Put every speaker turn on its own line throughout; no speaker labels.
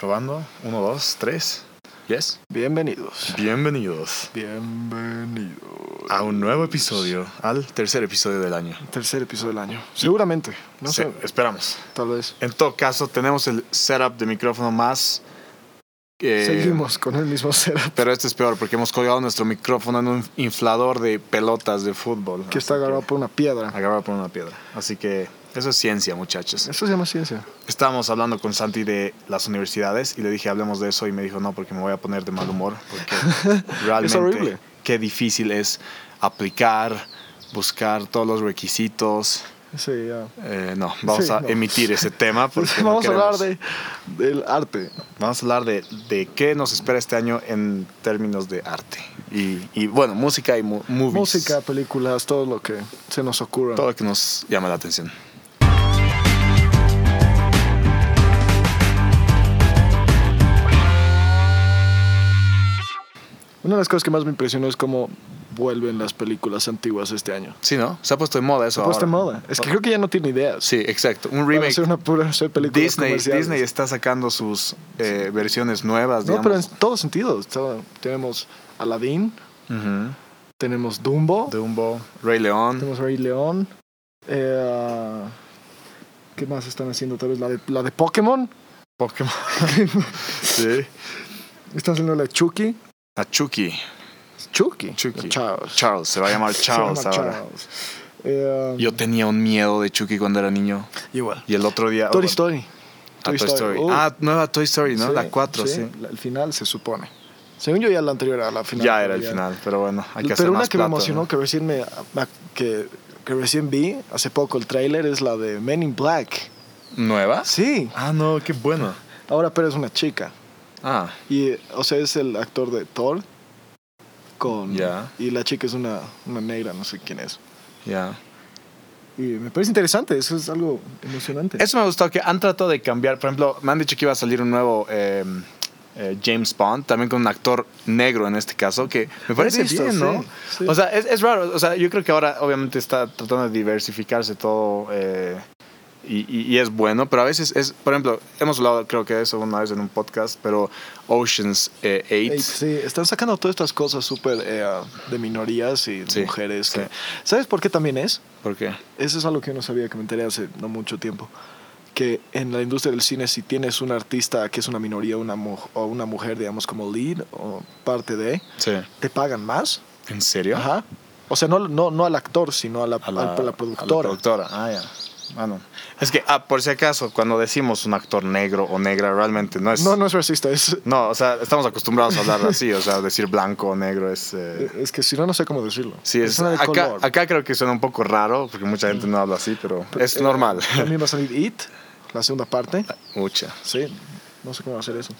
Probando. Uno, dos, tres. Yes.
Bienvenidos.
Bienvenidos
Bienvenidos.
a un nuevo episodio, al tercer episodio del año.
Tercer episodio del año. Seguramente. No
Sí,
sé.
Esperamos.
Tal vez.
En todo caso, tenemos el setup de micrófono más. eh,
Seguimos con el mismo setup
Pero este es peor porque hemos colgado nuestro micrófono en un inflador de pelotas de fútbol.
que está
Así
agarrado por una piedra.
agarrado por una piedra. Así que eso es ciencia, muchachos.
Eso se llama ciencia.
Estábamos hablando con Santi de las universidades y le dije hablemos de eso y me dijo no porque me voy a poner de mal humor porque realmente
horrible.
qué difícil es aplicar, buscar todos los requisitos.
Sí, ya.
Eh, no, vamos
Sí,
a
no.
emitir ese tema porque no
Vamos a hablar
queremos-
de, del arte.
vamos a hablar de, de qué nos espera este año en términos de arte y, y, bueno música y mu- movies.
Música, películas, todo lo que se nos ocurra.
todo lo que nos llama la atención.
Una de las cosas que más me impresionó es cómo vuelven las películas antiguas este año.
Sí, ¿no? Se ha puesto de moda eso.
Se ha puesto en
ahora.
moda. Es que creo que ya no tiene ideas.
Sí, exacto. Un
Van a
remake.
hacer una pura hacer películas
Disney,
comerciales.
Disney está sacando sus eh, versiones nuevas,
No,
digamos.
pero en todos sentidos. Todo- Tenemos Aladdin,
Ujú.
tenemos Dumbo,
Dumbo, Rey León.
tenemos Rey León. eh, ¿Qué más están haciendo? Tal vez la de, la de Pokémon.
Pokémon. sí.
Están haciendo la de Chucky.
A Chucky.
Chucky.
Chucky.
Charles.
Charles, se va a llamar Charles
Se llama
ahora.
Charles. Eh,
Yo tenía un miedo de Chucky cuando era niño.
igual.
Y el otro día.
Toy
oh,
Story.
a
Toy
Toy
Story.
Story.
Oh.
Ah, nueva Toy Story, ¿no? la 4, sí.
la- El final se supone. Según yo ya la anterior era la final.
Ya era el
pero
final, pero bueno, hay que hacer
Pero una
más
que
plata,
me emocionó,
¿no?
que recién me que, que recién vi hace poco el tráiler es la de Men in Black.
¿Nueva?
Sí.
Ah, no, qué bueno.
Ahora pero es una chica.
Ah,
Y o sea, es el actor de Thor con
Ya.
y la chica es una, una negra, no sé quién es.
ya.
Y me parece interesante, eso es algo emocionante.
Eso me gustó, que han tratado de cambiar. Por ejemplo, me han dicho que iba a salir un nuevo eh, eh, James Bond, también con un actor negro en este caso, que me parece
visto,
bien, ¿no?
sí, sí.
O sea, es, es raro. O sea, yo creo que ahora obviamente está tratando de diversificarse todo eh, y, y- y es bueno, pero a veces es, por ejemplo, hemos hablado creo que de eso una vez en un podcast, pero Oceans eh, 8.
Ey, Sí, están sacando todas estas cosas súper eh, de minorías y
Sí,
mujeres.
sí.
que- ¿Sabes por qué también es?
¿Por qué?
Eso es algo que yo no sabía, que me enteré hace no mucho tiempo. Que en la industria del cine, si tienes un artista que es una minoría una mu- o una mujer, digamos, como lead o parte de,
Sí.
te pagan más.
¿En serio?
Ajá. O sea, no, no, no al actor, sino a la,
A la,
al- a la productora.
a la productora. Ah, ya. Ah, no. Es que, ah, por si acaso, cuando decimos un actor negro o negra, realmente no es.
No, no es racista, es,
No, o sea, estamos acostumbrados a hablar así, o sea, decir blanco o negro es... eh,
es que si no, no sé cómo decirlo.
sí, es,
una de
acá,
color.
acá creo que suena un poco raro, porque mucha gente no habla así, pero es
Eh,
normal.
También va a salir It, la segunda parte.
Mucha.
Sí, no sé cómo hacer eso.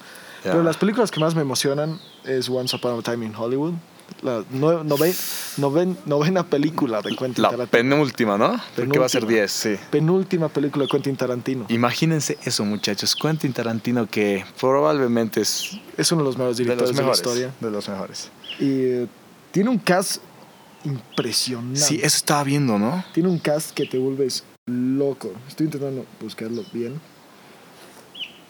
Ya.
Pero las películas que más me emocionan es Once Upon a Time in Hollywood. La nue- nove- noven- novena película de Quentin
La
Tarantino.
penúltima, ¿no? Porque va a ser
Penúltima.
10, sí.
Penúltima película de Quentin Tarantino.
Imagínense eso, muchachos. Quentin Tarantino, que probablemente es
Es uno de los mejores
de
directores
los
de,
mejores.
la historia.
De los mejores.
Y eh, tiene un cast impresionante.
Sí, eso estaba viendo, ¿no?
Tiene un cast que te vuelves loco. Estoy intentando buscarlo bien.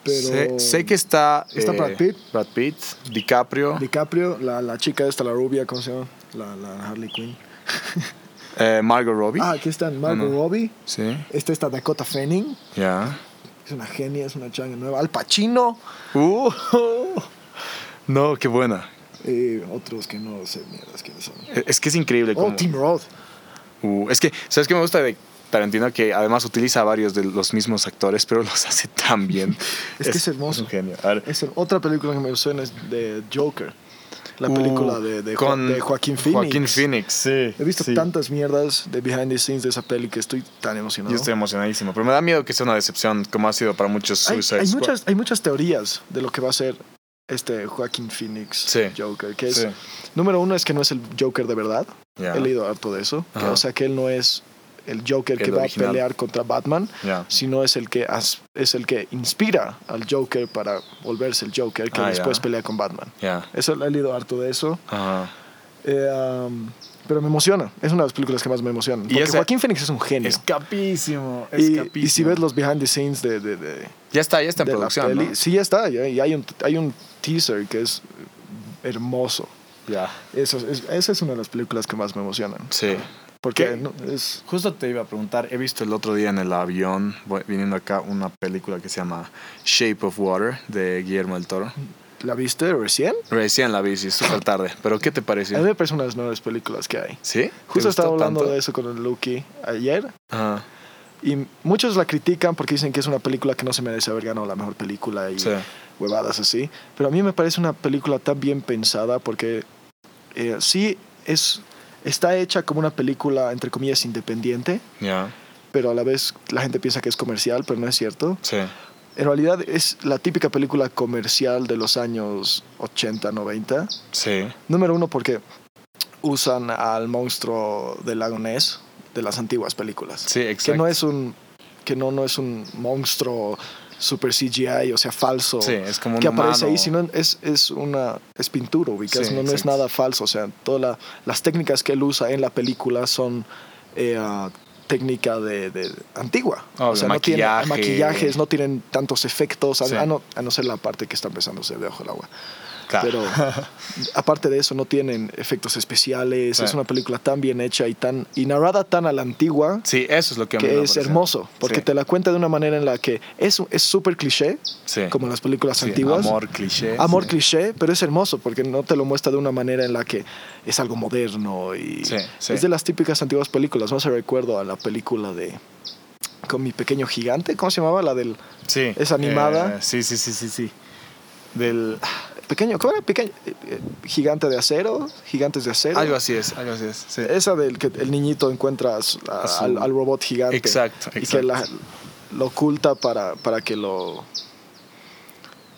Pero
Sé, sé que está... eh,
Está Brad Pitt.
Brad Pitt, DiCaprio,
DiCaprio, la, la chica esta, la rubia, ¿cómo se llama? La, la Harley Quinn.
eh, Margot Robbie.
Ah, aquí están Margot
No, no.
Robbie.
Sí,
Está esta Dakota Fanning.
ya.
Es una genia, es una changa nueva. Al Pacino.
Uh, no, qué buena. E,
Eh, otros que no sé mierdas quiénes son.
Es que es increíble.
Oh,
Como,
Tim Roth.
Uh, es que, ¿sabes qué me gusta de Tarantino? Que además utiliza varios de los mismos actores, pero los hace tan bien.
Es que es hermoso.
un genio. A ver,
Es el- otra película que me suena es de Joker. La
uh,
película de, de Jo-
con
de Joaquín Phoenix.
Joaquín Phoenix, sí.
He visto
sí.
tantas mierdas de behind the scenes de esa peli que estoy tan emocionado.
Yo estoy emocionadísimo, pero me da miedo que sea una decepción, como ha sido para muchos
hay,
Suicide
hay
Squad.
muchas, hay muchas teorías de lo que va a ser este Joaquín Phoenix
Sí.
Joker. Que es,
Sí.
Número uno es que no es el Joker de verdad.
Ya,
He leído harto de eso. que,
Ajá.
o sea, que él no es el Joker
El
que va
original.
a pelear contra Batman,
ya.
sino es el que as- es el que inspira al Joker para volverse el Joker que
Ah, ya.
después pelea con Batman.
ya.
Eso he leído harto de eso.
Ajá.
Eh, um, pero me emociona. Es una de las películas que más me emocionan. Porque
ese-
Joaquín Phoenix es un genio.
capísimo.
y, y si ves los behind the scenes de, de- de-
Ya está, ya está en
de la
producción.
peli.
¿no?
Sí, ya está. ya- y hay un, hay un teaser que es hermoso.
Ya.
Eso, es- esa es una de las películas que más me emocionan.
Sí.
Porque
¿Qué?
no, es
Justo te iba a preguntar, he visto el otro día en el avión, voy- viniendo acá, una película que se llama Shape of Water de Guillermo del Toro.
¿La viste recién?
Recién la vi, sí, súper tarde. ¿Pero qué te pareció?
A mí me parece una de las mejores películas que hay.
¿Sí? ¿Te
Justo estaba
gustó
hablando
tanto?
de eso con el Lucky ayer
Ajá,
y muchos la critican porque dicen que es una película que no se merece haber ganado la mejor película y
sí.
huevadas así. Pero a mí me parece una película tan bien pensada porque eh, sí es, está hecha como una película entre comillas independiente,
Ya,
pero a la vez la gente piensa que es comercial, pero no es cierto.
sí.
En realidad es la típica película comercial de los años 80, 90.
Sí.
Número uno porque usan al monstruo del lago Ness de las antiguas películas.
Sí, exacto.
que no es un que no, no es un monstruo super CGI, o sea, falso.
Sí, es como un
que aparece
humano.
ahí, sino es, es una es pintura, ubicas,
Sí,
no, no es
exacto.
nada falso, o sea, todas las técnicas que él usa en la película son eh, ah, técnica de, de- antigua,
Obvio,
o sea,
Oh, maquillaje.
no tienen maquillajes, no tienen tantos efectos, a,
Sí.
a no, a no ser la parte que está empezándose debajo del agua.
Claro.
Pero aparte de eso, no tienen efectos especiales.
Sí.
Es una película tan bien hecha y, tan, y narrada tan a la antigua
sí, eso es lo que, a mí
que
me
es
pareció.
hermoso. Porque
Sí,
te la cuenta de una manera en la que es es súper cliché,
sí.
como en las películas
Sí,
antiguas.
Amor cliché.
Amor
sí.
cliché, pero es hermoso porque no te lo muestra de una manera en la que es algo moderno y
Sí, sí.
es de las típicas antiguas películas. No se recuerdo a la película de con mi pequeño gigante, ¿cómo se llamaba? La del
Sí.
Es animada.
Eh, sí, sí, sí, sí, sí. Del...
ah, pequeño, ¿cómo era? Pequeño eh, eh, gigante de acero, gigantes de acero.
Algo así es, algo así es. Sí.
Esa del que el niñito encuentra a su- a-
A su-
al, al robot gigante.
Exacto,
Y que la- lo oculta para, para que lo.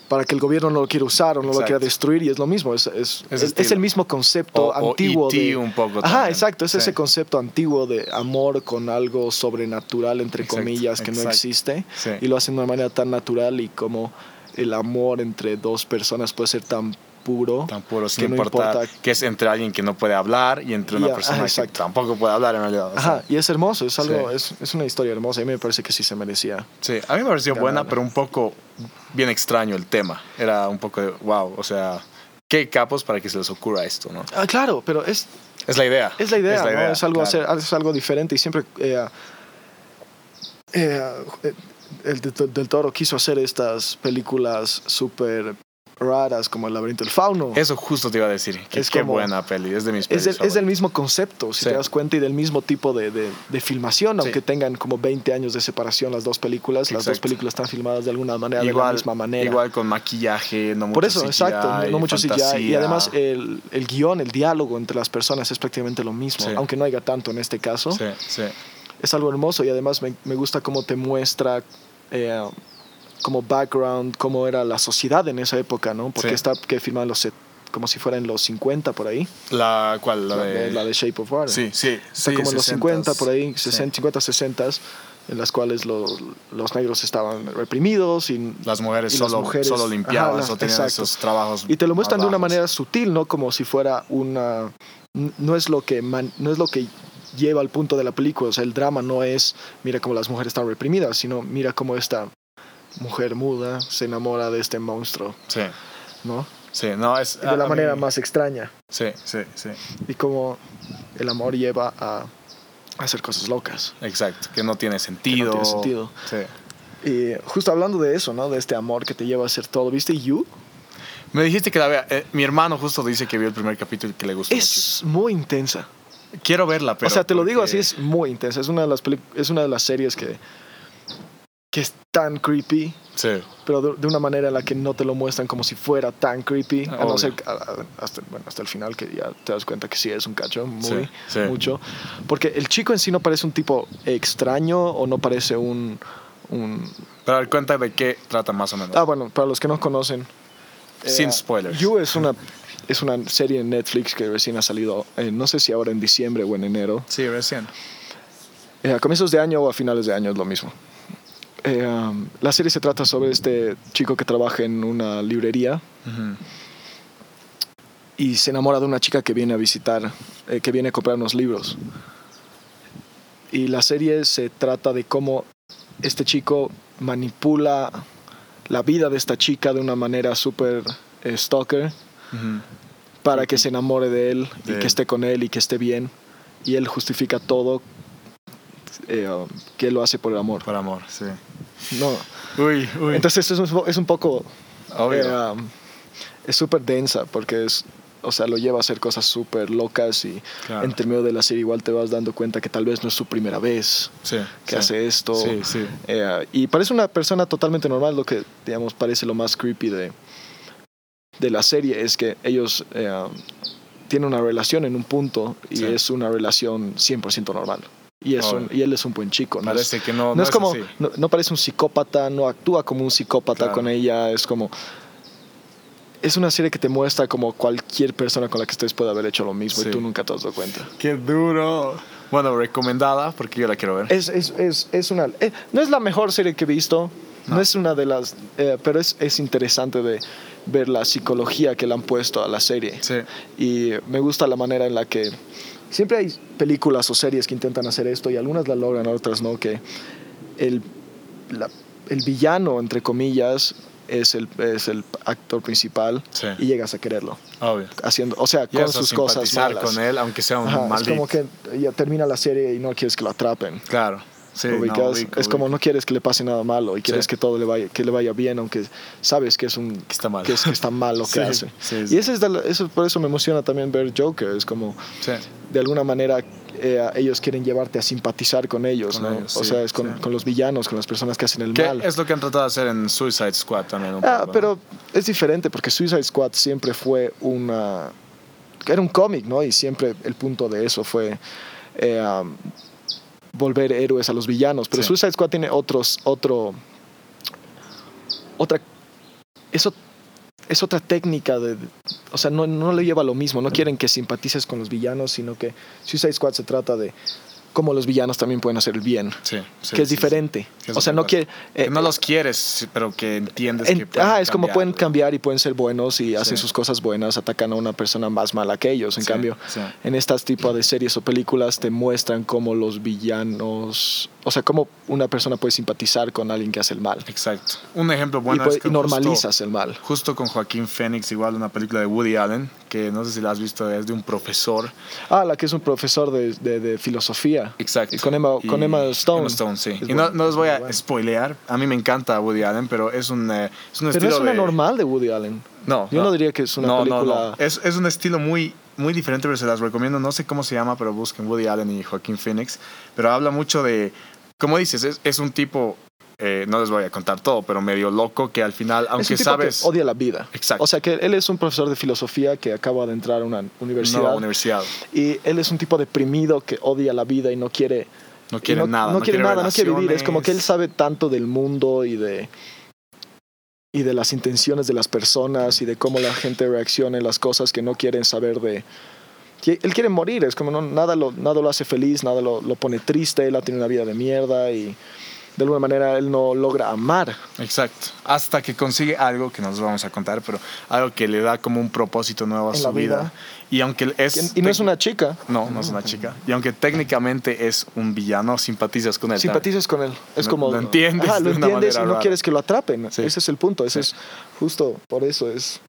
Para que el gobierno no lo quiera usar o no
Exacto.
lo quiera destruir, y es lo mismo, es, es,
Es
es-
estilo.
es el mismo concepto
O- o
antiguo.
E.T.
de,
un poco
Ajá,
también.
exacto, es
Sí.
ese concepto antiguo de amor con algo sobrenatural, entre
Exacto,
comillas, que
exacto.
no existe,
Sí.
y lo hacen de una manera tan natural y como el amor entre dos personas puede ser tan puro,
tan puro, sin
que no
importar
importa
que es entre alguien que no puede hablar y entre
Y,
una
ajá,
persona que
exacto.
tampoco puede hablar en realidad. o sea,
Ajá, y es hermoso, es algo, es, es una historia hermosa. A mí me parece que sí se merecía.
sí, a mí me pareció
Ganar.
buena, pero un poco bien extraño el tema. Era un poco de, wow, o sea, qué capos para que se les ocurra esto, ¿no?
Ah, claro, pero es,
Es la idea.
es la idea, ¿no?
idea,
es, algo
claro.
hacer, es algo diferente y siempre eh, eh, el de- del Toro quiso hacer estas películas súper raras como El laberinto del fauno.
Eso justo te iba a decir. que
Es
qué
como-
buena peli, es de mis
Es
pelis
del, es del
favoritas.
mismo concepto, si
Sí.
te das cuenta, y del mismo tipo de, de- de filmación,
Sí.
aunque tengan como 20 años de separación las dos películas. Las dos
Exacto.
películas están filmadas de alguna manera, de la
Igual,
misma manera.
igual con maquillaje, no mucho
Por eso,
CGI,
exacto, no mucho
fantasía.
CGI. Y además eh, el, el guión, el diálogo entre las personas es prácticamente lo mismo,
Sí.
aunque no haya tanto en este caso.
Sí, sí.
Es algo hermoso y además me, me gusta cómo te muestra eh, como background, cómo era la sociedad en esa época, ¿no? Porque
Sí.
está que filman los set- como si fuera en los 50 por ahí,
La cual, la
la
de...
de, la de Shape of Water.
Sí, sí.
Está como en los 50 por ahí, 60,
sesenta
50, 60, en las cuales lo- los negros estaban reprimidos y
Las mujeres
Y las
solo,
mujeres-
solo limpiaban
ajá, las-
o tenían
exacto.
esos trabajos.
Y te lo muestran de
más
una
bajos.
manera sutil, ¿no? Como si fuera una... n- No es lo que, man- no es lo que lleva al punto de la película. O sea, el drama no es, mira cómo las mujeres están reprimidas, sino mira cómo esta mujer muda se enamora de este monstruo,
Sí,
¿no?
sí, no, es.
Y de la
a
manera
mí-
más extraña.
Sí, sí, sí.
Y cómo el amor lleva a a hacer cosas locas.
Exacto, que no tiene sentido.
sentido.
Sí.
Y justo hablando de eso, ¿no? De este amor que te lleva a hacer todo. ¿Viste You?
Me dijiste que la vea. Eh, mi hermano justo dice que vio el primer capítulo y que le gustó.
Es muy intensa.
mucho. Quiero verla, pero.
o sea, te lo digo
porque-
así, es muy intensa. Es una de las, peli- es una de las series que, que es tan creepy,
Sí,
pero de, de una manera en la que no te lo muestran como si fuera tan creepy.
Ah,
a
obvio.
no ser a- a- hasta, bueno, hasta el final, que ya te das cuenta que sí es un cacho, muy,
Sí, sí.
mucho. Porque el chico en sí no parece un tipo extraño o no parece un... un-
Pero a ver, cuenta de qué trata más o menos.
ah, bueno, para los que no conocen...
Sin spoilers.
You es una, es una serie en Netflix que recién ha salido, eh, no sé si ahora en diciembre o en enero.
Sí, recién.
Eh, a comienzos de año o a finales de año es lo mismo. Eh, um, la serie se trata sobre este chico que trabaja en una librería
Ujú.
y se enamora de una chica que viene a visitar, eh, que viene a comprar unos libros. Y la serie se trata de cómo este chico manipula la vida de esta chica de una manera súper eh, stalker
Ujú.
para que se enamore de él y
De él.
que esté con él y que esté bien. Y él justifica todo eh, um, que lo hace por el amor.
Por amor, sí.
No.
Uy, uy.
Entonces es un, es un poco...
Obvio.
eh, um, es súper densa porque es... O sea, lo lleva a hacer cosas súper locas y
Claro.
en términos de la serie igual te vas dando cuenta que tal vez no es su primera vez
sí,
que
sí.
hace esto.
Sí, sí.
Eh, y parece una persona totalmente normal, lo que, digamos, parece lo más creepy de, de la serie, es que ellos eh, tienen una relación en un punto y
Sí.
es una relación 100% normal. Y, es un-
Obvio.
y él es un buen chico. No, es,
Parece que no,
no es como,
así.
no, no parece un psicópata, no actúa como un psicópata
Claro.
con ella, es como... Es una serie que te muestra como cualquier persona con la que estés puede haber hecho lo mismo
Sí.
y tú nunca te has dado cuenta.
Qué duro. Bueno, recomendada porque yo la quiero ver.
Es, es, es, es una. eh, no es la mejor serie que he visto. No,
No.
es una de las. eh, pero es, es interesante de ver la psicología que le han puesto a la serie.
Sí,
Y me gusta la manera en la que. Siempre hay películas o series que intentan hacer esto y algunas la logran, otras no. Que el, la- el villano, entre comillas, es el, es el actor principal
Sí.
y llegas a quererlo.
obvio.
Haciendo, o sea,
Llegas
con
a
sus cosas
simpatizar
malas.
con él, aunque sea un
Ajá, es
maldito.
como que ya termina la serie y no quieres que lo atrapen.
Claro. Sí,
¿no?
no,
Ubicas,
ubico,
es como
ubico.
no quieres que le pase nada malo y quieres
Sí.
que todo le vaya, que le vaya bien, aunque sabes que es un
Que está mal.
que es que está mal lo que
Sí,
hace.
sí,
Y
sí.
ese es de la- eso por eso me emociona también ver Joker, es como
Sí.
de alguna manera eh, ellos quieren llevarte a simpatizar con ellos,
Con
¿no?
ellos,
o
sí,
sea, es con,
sí.
con los villanos, con las personas que hacen el
Que
mal.
es lo que han tratado de hacer en Suicide Squad también. un
Ah,
poco, ¿no? Pues,
pero es diferente porque Suicide Squad siempre fue una. Era un cómic, ¿no? Y siempre el punto de eso fue eh, um, volver héroes a los villanos. Pero
Sí.
Suicide Squad tiene otros, otro. Otra. Eso. Es otra técnica de. O sea, no, no le lleva a lo mismo. No quieren que simpatices con los villanos, sino que Suicide Squad se trata de cómo los villanos también pueden hacer el bien.
Sí, sí,
que es
sí, sí.
diferente.
Que es
o sea, no
verdad.
quiere.
Que
eh,
no los quieres, sí, pero que entiendes
en-
que.
ajá,
pueden
es como pueden
cambiarlo.
cambiar y pueden ser buenos y hacen
Sí.
sus cosas buenas, atacan a una persona más mala que ellos. En
Sí,
cambio,
sí.
en estas tipos de series o películas te muestran cómo los villanos, o sea, cómo una persona puede simpatizar con alguien que hace el mal
Exacto. Un ejemplo
y,
bueno
puede-
es que
y normalizas
justo-
el mal.
Justo con Joaquín Phoenix, igual una película de Woody Allen, que no sé si la has visto, es de un profesor.
Ah, la que es un profesor de, de- de filosofía.
Exacto.
Y con Emma- con Emma Stone.
Emma Stone, sí.
Es
y no,
bueno,
no los voy
es
a
bueno.
spoilear. A mí me encanta Woody Allen, pero es un, eh, es un
Pero
estilo
es una
de-
normal de Woody Allen.
No.
Yo no diría que es una película-
Es, es un estilo muy, muy diferente, pero se las recomiendo. No sé cómo se llama, pero busquen Woody Allen y Joaquín Phoenix. Pero habla mucho de. Como dices, es, es un tipo. eh, no les voy a contar todo, pero medio loco que al final,
Es un
aunque
tipo que
sabes.
odia la vida.
Exacto.
O sea, que él es un profesor de filosofía que acaba de entrar a una
no,
universidad.
universidad.
y él es un tipo deprimido que odia la vida y no quiere
No quiere
no,
nada.
no quiere, nada, no quiere vivir.
relaciones.
Es como que él sabe tanto del mundo y de y de las intenciones de las personas y de cómo la gente reacciona en las cosas que no quieren saber de que él quiere morir, es como no, nada, lo, nada lo hace feliz, nada lo, lo pone triste, él ha tenido una vida de mierda y de alguna manera él no logra amar.
Exacto. Hasta que consigue algo que no les vamos a contar, pero algo que le da como un propósito nuevo a
En
su
la
vida.
vida.
Y aunque es.
Y no es una chica,
No, no es una chica. Y aunque técnicamente es un villano, simpatizas con él. también.
simpatizas con él. Es
Lo-
como.
lo entiendes
Ajá, lo
de una
entiendes y
manera
no
rara.
quieres que lo atrapen.
Sí.
Ese es el punto. Ese
Sí.
es justo por eso. Es,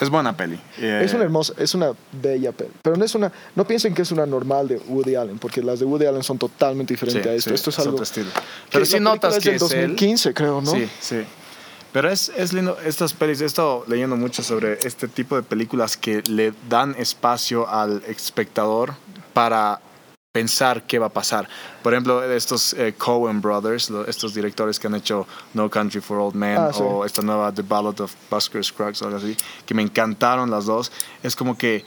Es buena peli. Eh,
es una hermosa, es una bella peli. Pero no es una. No piensen que es una normal de Woody Allen, porque las de Woody Allen son totalmente
sí,
diferentes a esto.
sí,
esto es,
otro
algo.
estilo.
que
Pero
la
sí
película
notas que
del
es él.
2015, creo, ¿no?
Sí, sí. Pero es, es lindo, estas pelis, he estado leyendo mucho sobre este tipo de películas que le dan espacio al espectador para pensar qué va a pasar. Por ejemplo, estos Cohen Brothers, lo- estos directores que han hecho No Country for Old Men
Ah, sí.
o esta nueva The Ballad of Buster Scruggs o algo así, que me encantaron las dos, es como que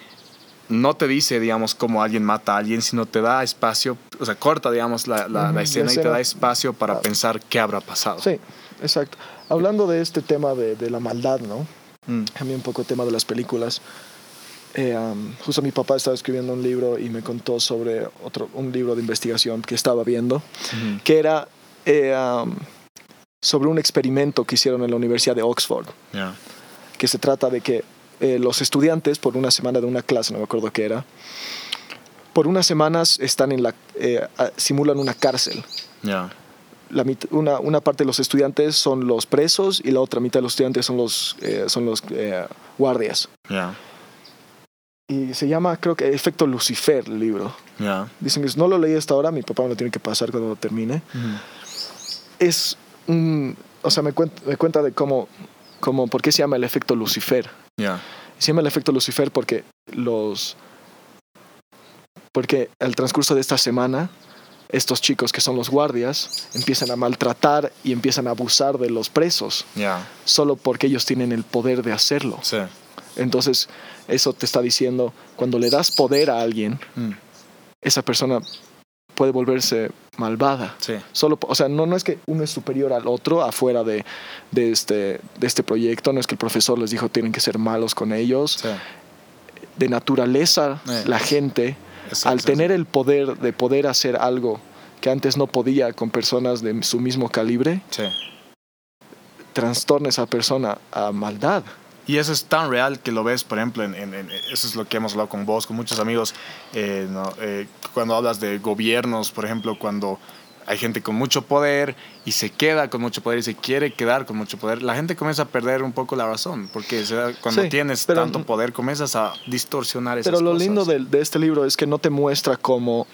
no te dice, digamos, cómo alguien mata a alguien, sino te da espacio, o sea, corta, digamos, la, la- la
Ujú, la
escena, y te
escena.
da espacio para
Ah.
pensar qué habrá pasado.
Sí, exacto. Hablando de este tema de, de la maldad, ¿no?
Mm.
También un poco tema de las películas. Eh, um, justo mi papá estaba escribiendo un libro y me contó sobre otro, un libro de investigación que estaba viendo.
Ujú.
que era eh, um, sobre un experimento que hicieron en la Universidad de Oxford,
Ya.
que se trata de que eh, los estudiantes, por una semana de una clase, no me acuerdo qué era, por unas semanas están en la, eh, a- simulan una cárcel
Ya.
la mit- una, una parte de los estudiantes son los presos y la otra mitad de los estudiantes son los, eh, son los eh, guardias.
Ya,
Y se llama, creo que, Efecto Lucifer el libro.
ya.
Dicen que no lo leí hasta ahora, mi papá me lo tiene que pasar cuando lo termine. Es un... O sea, me, cuen- me cuenta de cómo, cómo... ¿Por qué se llama el Efecto Lucifer?
Ya,
Se llama el efecto Lucifer porque los. Porque al transcurso de esta semana, estos chicos que son los guardias empiezan a maltratar y empiezan a abusar de los presos,
ya.
solo porque ellos tienen el poder de hacerlo.
Sí.
Entonces, eso te está diciendo, cuando le das poder a alguien,
Mm,
esa persona puede volverse malvada.
Sí.
Solo, po- o sea, no, no es que uno es superior al otro afuera de, de este, de este proyecto, no es que el profesor les dijo tienen que ser malos con ellos,
Sí.
de naturaleza
Eh.
la gente
Eso,
al
eso,
tener e- el poder de poder hacer algo que antes no podía con personas de su mismo calibre,
Sí.
trastorna a esa persona a maldad.
Y eso es tan real que lo ves, por ejemplo, en, en- en- eso es lo que hemos hablado con vos, con muchos amigos, eh, ¿no? Eh, cuando hablas de gobiernos, por ejemplo, cuando hay gente con mucho poder y se queda con mucho poder y se quiere quedar con mucho poder, la gente comienza a perder un poco la razón, porque se da- cuando
Sí,
tienes
pero-
tanto poder comienzas a distorsionar esas
Pero lo
cosas.
lindo de, de este libro es que no te muestra como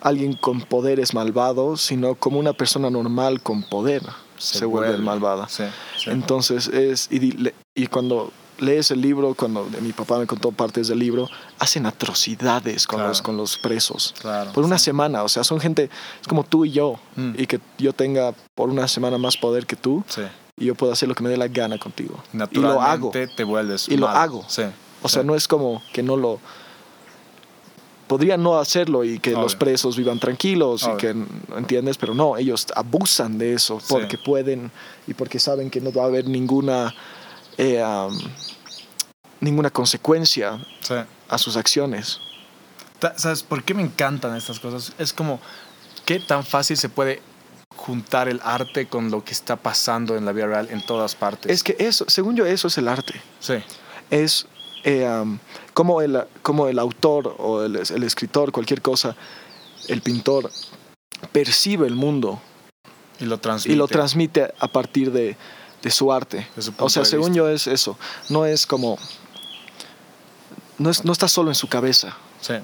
alguien con poder es malvado, sino como una persona normal con poder se, vuelve, malvada.
Sí, sí.
Entonces es, y, di- le- y cuando lees el libro, cuando mi papá me contó partes del libro, hacen atrocidades con,
Claro.
los, con los presos.
Claro,
Por una
sí.
semana, o sea, son gente, es como tú y yo,
Mm.
y que yo tenga por una semana más poder que tú,
Sí.
y yo puedo hacer lo que me dé la gana contigo. Y
Naturalmente
lo hago.
te vuelves
Y lo
malo.
hago.
Sí.
O sea, no es como que no lo... Podría no hacerlo y que los
Obvio.
presos vivan tranquilos
Obvio.
y que, ¿entiendes? Pero no, ellos abusan de eso
Sí.
porque pueden y porque saben que no va a haber ninguna, eh, um, ninguna consecuencia
sí.
a sus acciones.
Ta- ¿Sabes por qué me encantan estas cosas? Es como, ¿qué tan fácil se puede juntar el arte con lo que está pasando en la vida real en todas partes?
Es que eso, según yo, eso es el arte.
Sí,
es eh, am, como, el, como el autor o el, el escritor, cualquier cosa, el pintor, percibe el mundo
y lo transmite.
y lo transmite a partir de, de su arte.
De su punto
O sea,
de
según
vista.
yo es eso. No es como... No, es- no está solo en su cabeza.
Sí,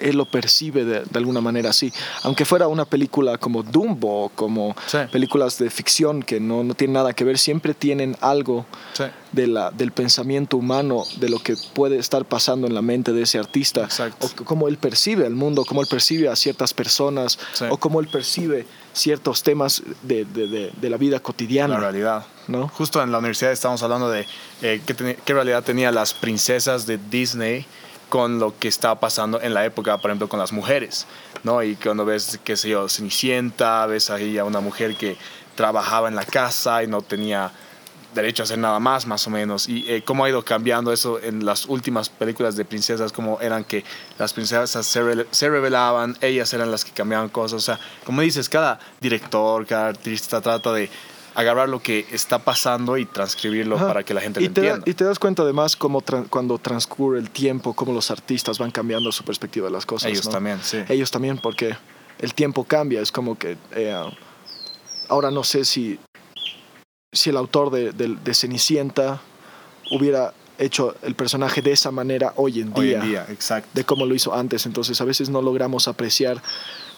Él lo percibe de, de alguna manera así. Aunque fuera una película como Dumbo, o como
Sí.
películas de ficción que no, no tienen nada que ver, siempre tienen algo
sí,
de la, del pensamiento humano, de lo que puede estar pasando en la mente de ese artista,
Exacto.
o c- cómo él percibe al mundo, cómo él percibe a ciertas personas,
Sí.
o cómo él percibe ciertos temas de, de- de- de la vida
la
cotidiana.
realidad.
¿no?
Justo en la universidad estábamos hablando de eh, qué, teni- qué realidad tenían las princesas de Disney con lo que estaba pasando en la época, por ejemplo, con las mujeres, ¿no? Y cuando ves, qué sé yo, Cenicienta, ves ahí a una mujer que trabajaba en la casa y no tenía derecho a hacer nada más, más o menos. Y eh, cómo ha ido cambiando eso en las últimas películas de princesas, como eran que las princesas se, rele- se revelaban, ellas eran las que cambiaban cosas. O sea, como dices, cada director, cada artista trata de agarrar lo que está pasando y transcribirlo
Ajá.
para que la gente lo
Y te, da-
entienda.
y te das cuenta además cómo tran- cuando transcurre el tiempo, cómo los artistas van cambiando su perspectiva de las cosas.
ellos
¿no?
también, sí.
Ellos también, porque el tiempo cambia, es como que... eh, ahora no sé si, si el autor de, de- de Cenicienta hubiera hecho el personaje de esa manera hoy en,
Hoy
día,
en día, exacto.
de cómo lo hizo antes. Entonces a veces no logramos apreciar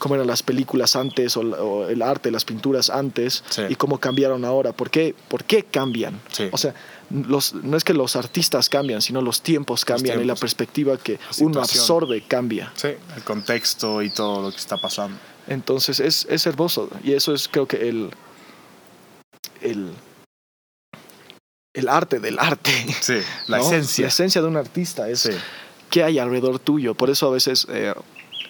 cómo eran las películas antes o, la- o el arte, las pinturas antes
Sí.
y cómo cambiaron ahora. ¿Por qué, por qué cambian?
Sí.
O sea, los, no es que los artistas cambian, sino los tiempos cambian y la
tiempos.
perspectiva que
La
uno
situación.
absorbe cambia.
Sí, el contexto y todo lo que está pasando.
Entonces es, es hermoso. Y eso es creo que el. El. El arte del arte.
Sí, la
¿no?
esencia.
La esencia de un artista es
Sí,
qué hay alrededor tuyo. Por eso a veces eh,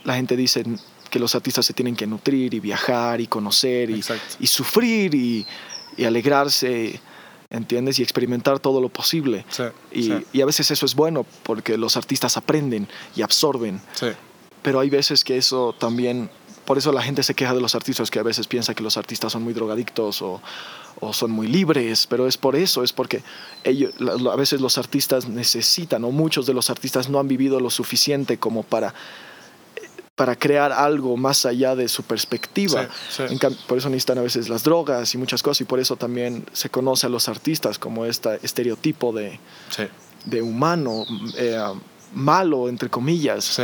la gente dice que los artistas se tienen que nutrir y viajar y conocer y,
exacto.
y sufrir y, y alegrarse, ¿entiendes? Y experimentar todo lo posible.
Sí,
Y,
sí,
y a veces eso es bueno porque los artistas aprenden y absorben
sí.
pero hay veces que eso también, por eso la gente se queja de los artistas, que a veces piensa que los artistas son muy drogadictos o, o son muy libres, pero es por eso, es porque ellos, la- la- a veces los artistas necesitan, o muchos de los artistas no han vivido lo suficiente como para eh, para crear algo más allá de su perspectiva.
Sí, sí.
En cam- por eso necesitan a veces las drogas y muchas cosas, y por eso también se conoce a los artistas como este estereotipo de,
Sí,
de humano, eh, malo, entre comillas,
sí.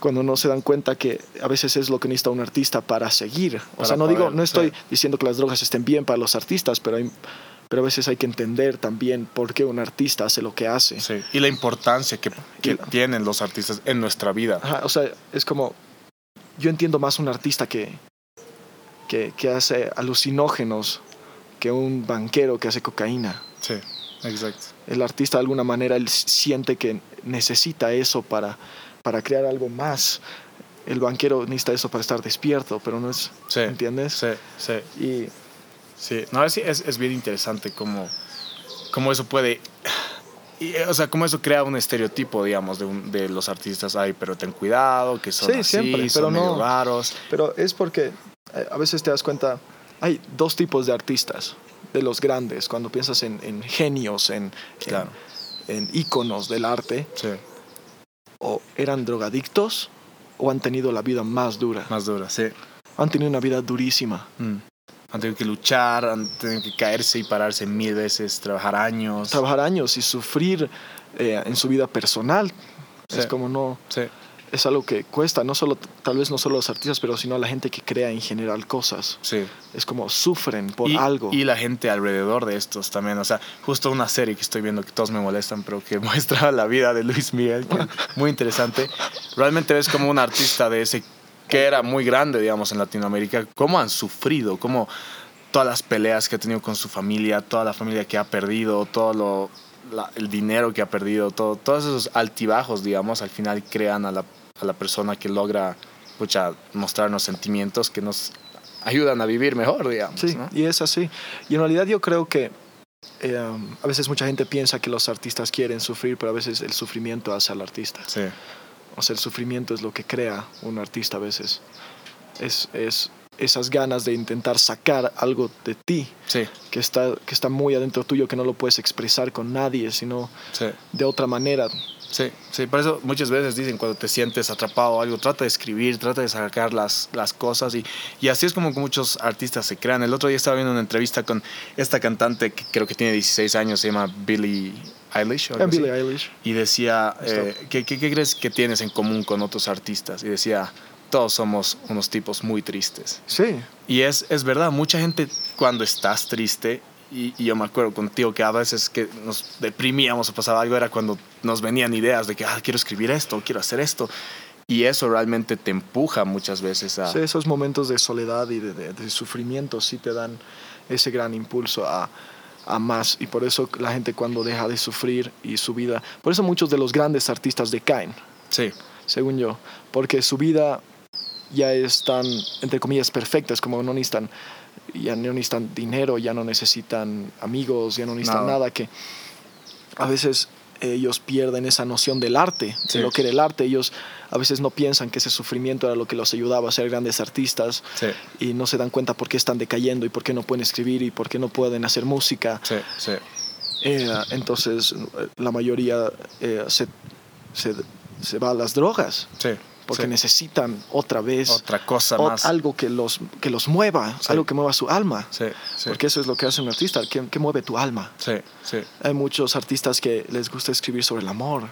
cuando no se dan cuenta que a veces es lo que necesita un artista para seguir. O
Para
sea, no
poder,
digo, no estoy
sí.
diciendo que las drogas estén bien para los artistas, pero, hay- pero a veces hay que entender también por qué un artista hace lo que hace.
sí. Y la importancia que, que
Y-
tienen los artistas en nuestra vida.
Ajá, o sea, es como, yo entiendo más un artista que, que, que hace alucinógenos que un banquero que hace cocaína.
Sí, exacto.
El artista de alguna manera él s- siente que necesita eso para, para crear algo más. El banquero necesita eso para estar despierto, pero no es...
Sí,
¿Entiendes?
sí, sí.
Y
Sí, no, es, es, es bien interesante cómo, cómo eso puede. y, eh, o sea, cómo eso crea un estereotipo, digamos, de, un- de los artistas. Ay, pero ten cuidado, que son
Sí,
así,
siempre,
son
pero
medio
no-
raros.
Pero es porque eh, a veces te das cuenta, hay dos tipos de artistas, de los grandes, cuando piensas en, en genios, en,
Claro.
en, en íconos del arte,
Sí,
o eran drogadictos o han tenido la vida más dura.
más dura, sí.
Han tenido una vida durísima.
Mm. Han tenido que luchar, han tenido que caerse y pararse mil veces, trabajar años.
Trabajar años y sufrir eh, en su vida personal.
Sí.
Es como no,
sí,
es algo que cuesta, no solo, tal vez no solo los artistas, pero sino a la gente que crea en general cosas.
sí.
Es como sufren por
y,
algo.
Y la gente alrededor de estos también. O sea, justo una serie que estoy viendo que todos me molestan, pero que muestra la vida de Luis Miguel, que es muy interesante. Realmente ves como un artista de ese que era muy grande, digamos, en Latinoamérica, cómo han sufrido, cómo todas las peleas que ha tenido con su familia, toda la familia que ha perdido, todo lo, la- el dinero que ha perdido, todo, todos esos altibajos, digamos, al final crean a la, a la persona que logra pucha, mostrarnos sentimientos que nos ayudan a vivir mejor, digamos.
Sí,
¿no?
y es así. Y en realidad yo creo que eh, um, a veces mucha gente piensa que los artistas quieren sufrir, pero a veces el sufrimiento hace al artista.
Sí,
O sea, el sufrimiento es lo que crea un artista a veces. Es, es esas ganas de intentar sacar algo de ti
sí,
que está, que está muy adentro tuyo, que no lo puedes expresar con nadie, sino
sí,
de otra manera.
sí, sí. Por eso muchas veces dicen cuando te sientes atrapado o algo, trata de escribir, trata de sacar las, las cosas y, y así es como que muchos artistas se crean. El otro día estaba viendo una entrevista con esta cantante que creo que tiene 16 años, se llama Billie Eilish. o algo
En
así.
Billie Eilish.
y decía,
Está.
eh, ¿qué, qué, qué crees que tienes en común con otros artistas? Y decía, todos somos unos tipos muy tristes.
Sí,
Y es, es verdad, mucha gente cuando estás triste, y, y yo me acuerdo contigo que a veces que nos deprimíamos o pasaba algo, era cuando nos venían ideas de que, ah, quiero escribir esto, quiero hacer esto. Y eso realmente te empuja muchas veces a...
Sí, esos momentos de soledad y de, de- de sufrimiento sí te dan ese gran impulso a, a más. Y por eso la gente cuando deja de sufrir y su vida... Por eso muchos de los grandes artistas decaen,
Sí,
según yo. Porque su vida ya es tan, entre comillas, perfecta. Es como no necesitan, ya no necesitan dinero, ya no necesitan amigos, ya no necesitan
Nada.
nada. que a veces ellos pierden esa noción del arte,
Sí.
de lo que era el arte. Ellos a veces no piensan que ese sufrimiento era lo que los ayudaba a ser grandes artistas
sí,
y no se dan cuenta por qué están decayendo y por qué no pueden escribir y por qué no pueden hacer música.
sí, sí.
Eh, entonces eh, la mayoría eh, se, se, se va a las drogas
sí
porque
sí.
necesitan otra vez
otra cosa
o-
más.
algo que los, que los mueva,
Sí.
algo que mueva su alma.
Sí, sí,
Porque eso es lo que hace un artista, que, que mueve tu alma.
sí, sí,
Hay muchos artistas que les gusta escribir sobre el amor.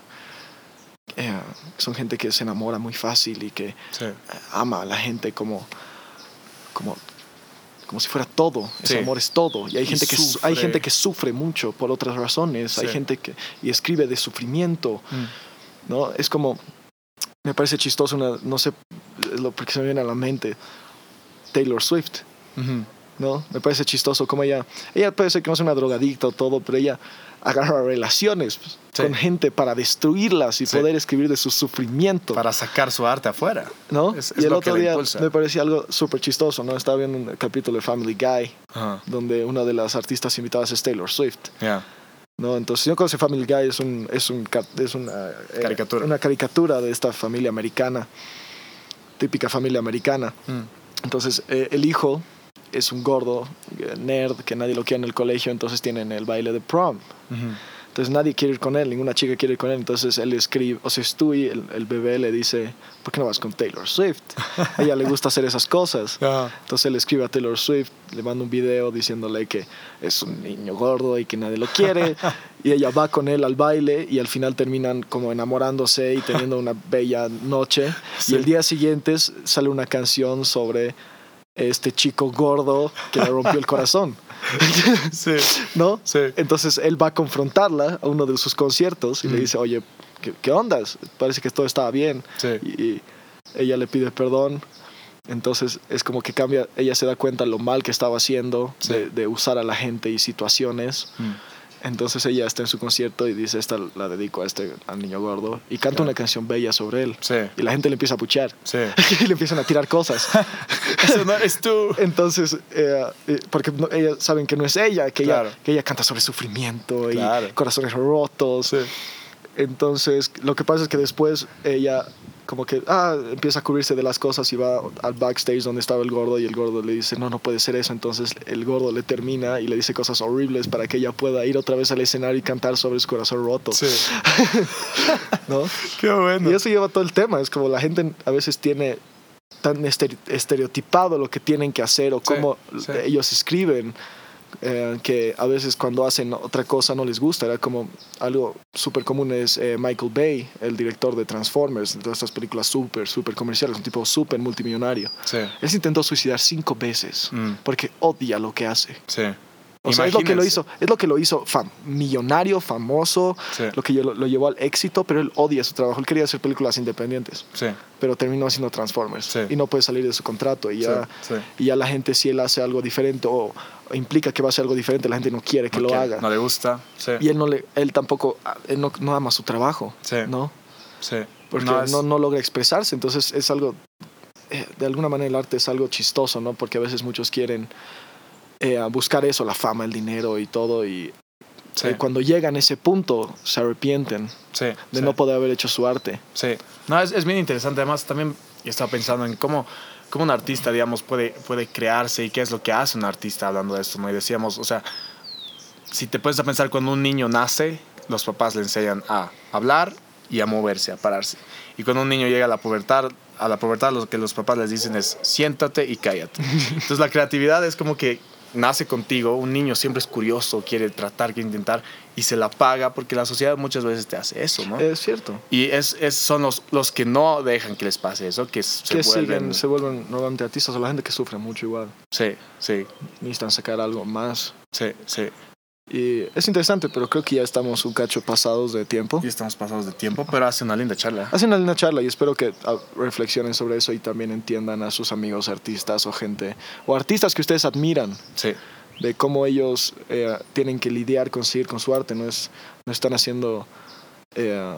Eh, son gente que se enamora muy fácil y que eh,
sí.
ama a la gente como como como si fuera todo ese
Sí.
amor es todo y hay
Y
gente que su- hay
sufre.
gente que sufre mucho por otras razones hay
Sí.
gente que y escribe de sufrimiento
Mm,
no es como me parece chistoso una- no sé es lo que se me viene a la mente Taylor Swift
ujú.
no me parece chistoso como ella ella puede ser que no sea una drogadicta o todo pero ella agarra relaciones pues,
Sí.
con gente para destruirlas y
Sí.
poder escribir de su sufrimiento
Para sacar su arte afuera.
¿no?
Es- es
y el
lo que
otro
la
día
impulsa.
me parecía algo súper chistoso, ¿no? Estaba viendo un capítulo de Family Guy,
Ajá,
donde una de las artistas invitadas es Taylor Swift,
ya.
¿no? Entonces, si no conoce Family Guy, es, un, es, un, ca- es una, eh,
Caricatura.
una caricatura de esta familia americana, típica familia americana.
Mm,
Entonces, eh, el hijo es un gordo eh, nerd que nadie lo quiere en el colegio, entonces tienen el baile de prom.
ujú.
Entonces nadie quiere ir con él, ninguna chica quiere ir con él. Entonces él escribe, o sea, Stewie, el, el bebé, le dice, ¿por qué no vas con Taylor Swift? A ella le gusta hacer esas cosas.
Ah,
Entonces él escribe a Taylor Swift, le manda un video diciéndole que es un niño gordo y que nadie lo quiere. y ella va con él al baile y al final terminan como enamorándose y teniendo una bella noche. Y el día siguiente s- sale una canción sobre este chico gordo que le rompió el corazón,
Sí,
¿no?
sí.
Entonces él va a confrontarla a uno de sus conciertos y le
Mm.
dice, oye, ¿qué, qué ondas? Parece que todo estaba bien.
sí.
Y, y ella le pide perdón. Entonces es como que cambia, ella se da cuenta lo mal que estaba haciendo
Sí.
de, de usar a la gente y situaciones.
Mm.
Entonces ella está en su concierto y dice, esta la dedico a este al niño gordo. Y canta
Claro.
una canción bella sobre él.
Sí,
Y la gente le empieza a puchar.
sí.
y le empiezan a tirar cosas.
Eso no eres tú.
Entonces, eh, eh, porque no- ellas saben que no es ella, que,
Claro.
ella, que ella canta sobre sufrimiento
Claro.
y corazones rotos.
Sí.
Entonces, lo que pasa es que después ella como que ah, empieza a cubrirse de las cosas y va al backstage donde estaba el gordo y el gordo le dice, no, no puede ser eso. Entonces el gordo le termina y le dice cosas horribles para que ella pueda ir otra vez al escenario y cantar sobre su corazón roto.
Sí.
¿no?
Qué bueno.
Y eso lleva todo el tema. Es como la gente a veces tiene tan estere- estereotipado lo que tienen que hacer o cómo
sí.
ellos escriben. eh, que a veces cuando hacen otra cosa no les gusta, era como algo súper común es eh, Michael Bay, el director de Transformers, de todas estas películas súper, súper comerciales, un tipo súper multimillonario.
Sí.
Él se intentó suicidar cinco veces
Mm,
porque odia lo que hace.
sí.
O sea, es lo que lo
Imagínense.
hizo, es lo que lo hizo fam- millonario, famoso,
Sí.
lo que lo, lo llevó al éxito, pero él odia su trabajo. Él quería hacer películas independientes,
Sí,
pero terminó haciendo Transformers
Sí.
y no puede salir de su contrato. Y
sí,
ya,
sí.
y ya la gente, si él hace algo diferente o implica que va a hacer algo diferente, la gente no quiere que
No
lo
quiere,
haga.
No le gusta. Sí.
Y él, no le, él tampoco ah, él no, no ama su trabajo,
Sí.
¿no?
sí.
Porque
No
no,
es-
no, logra expresarse. Entonces es algo, eh, de alguna manera el arte es algo chistoso, ¿no? Porque a veces muchos quieren eh, buscar eso, la fama, el dinero y todo, y
sí,
eh, cuando llegan a ese punto, se arrepienten
sí,
de
sí.
no poder haber hecho su arte.
Sí, no, es, es bien interesante. Además, también estaba pensando en cómo, cómo un artista, digamos, puede, puede crearse y qué es lo que hace un artista hablando de esto, ¿no? Y decíamos, o sea, si te puedes a pensar cuando un niño nace, los papás le enseñan a hablar y a moverse, a pararse. Y cuando un niño llega a la pubertad, a la pubertad lo que los papás les dicen es siéntate y cállate. Entonces la creatividad es como que nace contigo, un niño siempre es curioso, quiere tratar, quiere intentar y se la paga porque la sociedad muchas veces te hace eso, ¿no?
Es cierto.
Y es, es- son los, los que no dejan que les pase eso, que se
que
vuelven...
siguen, se vuelven normalmente artistas o la gente que sufre mucho igual.
Sí, sí,
Necesitan sacar algo más.
sí, sí.
Y es interesante, pero creo que ya estamos un cacho pasados de tiempo.
Y estamos pasados de tiempo, pero hace una linda charla.
Hacen una charla y espero que ah, reflexionen sobre eso y también entiendan a sus amigos artistas o gente, o artistas que ustedes admiran,
Sí,
de cómo ellos eh, tienen que lidiar con seguir con su arte. No, es, no están haciendo eh,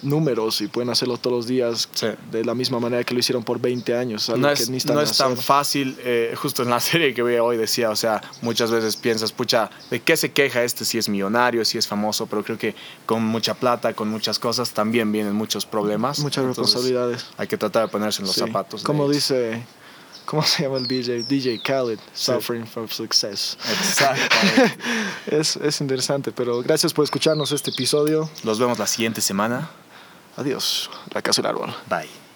números y pueden hacerlo todos los días
sí.
de la misma manera que lo hicieron por 20 años. algo
No
que
es,
necesitan
no es tan
hacer.
fácil, eh, justo en la serie que veo hoy decía, o sea, muchas veces piensas, pucha, ¿de qué se queja este si es millonario, si es famoso? Pero creo que con mucha plata, con muchas cosas, también vienen muchos problemas.
Muchas
Entonces,
responsabilidades.
Hay que tratar de ponerse en los
Sí.
zapatos. de
Como
ellos.
dice, ¿cómo se llama el DJ? DJ Khaled, Suffering from Success.
Exactamente.
Es, es interesante, pero gracias por escucharnos este episodio.
Los vemos la siguiente semana.
Adiós. La casa del árbol.
Bye.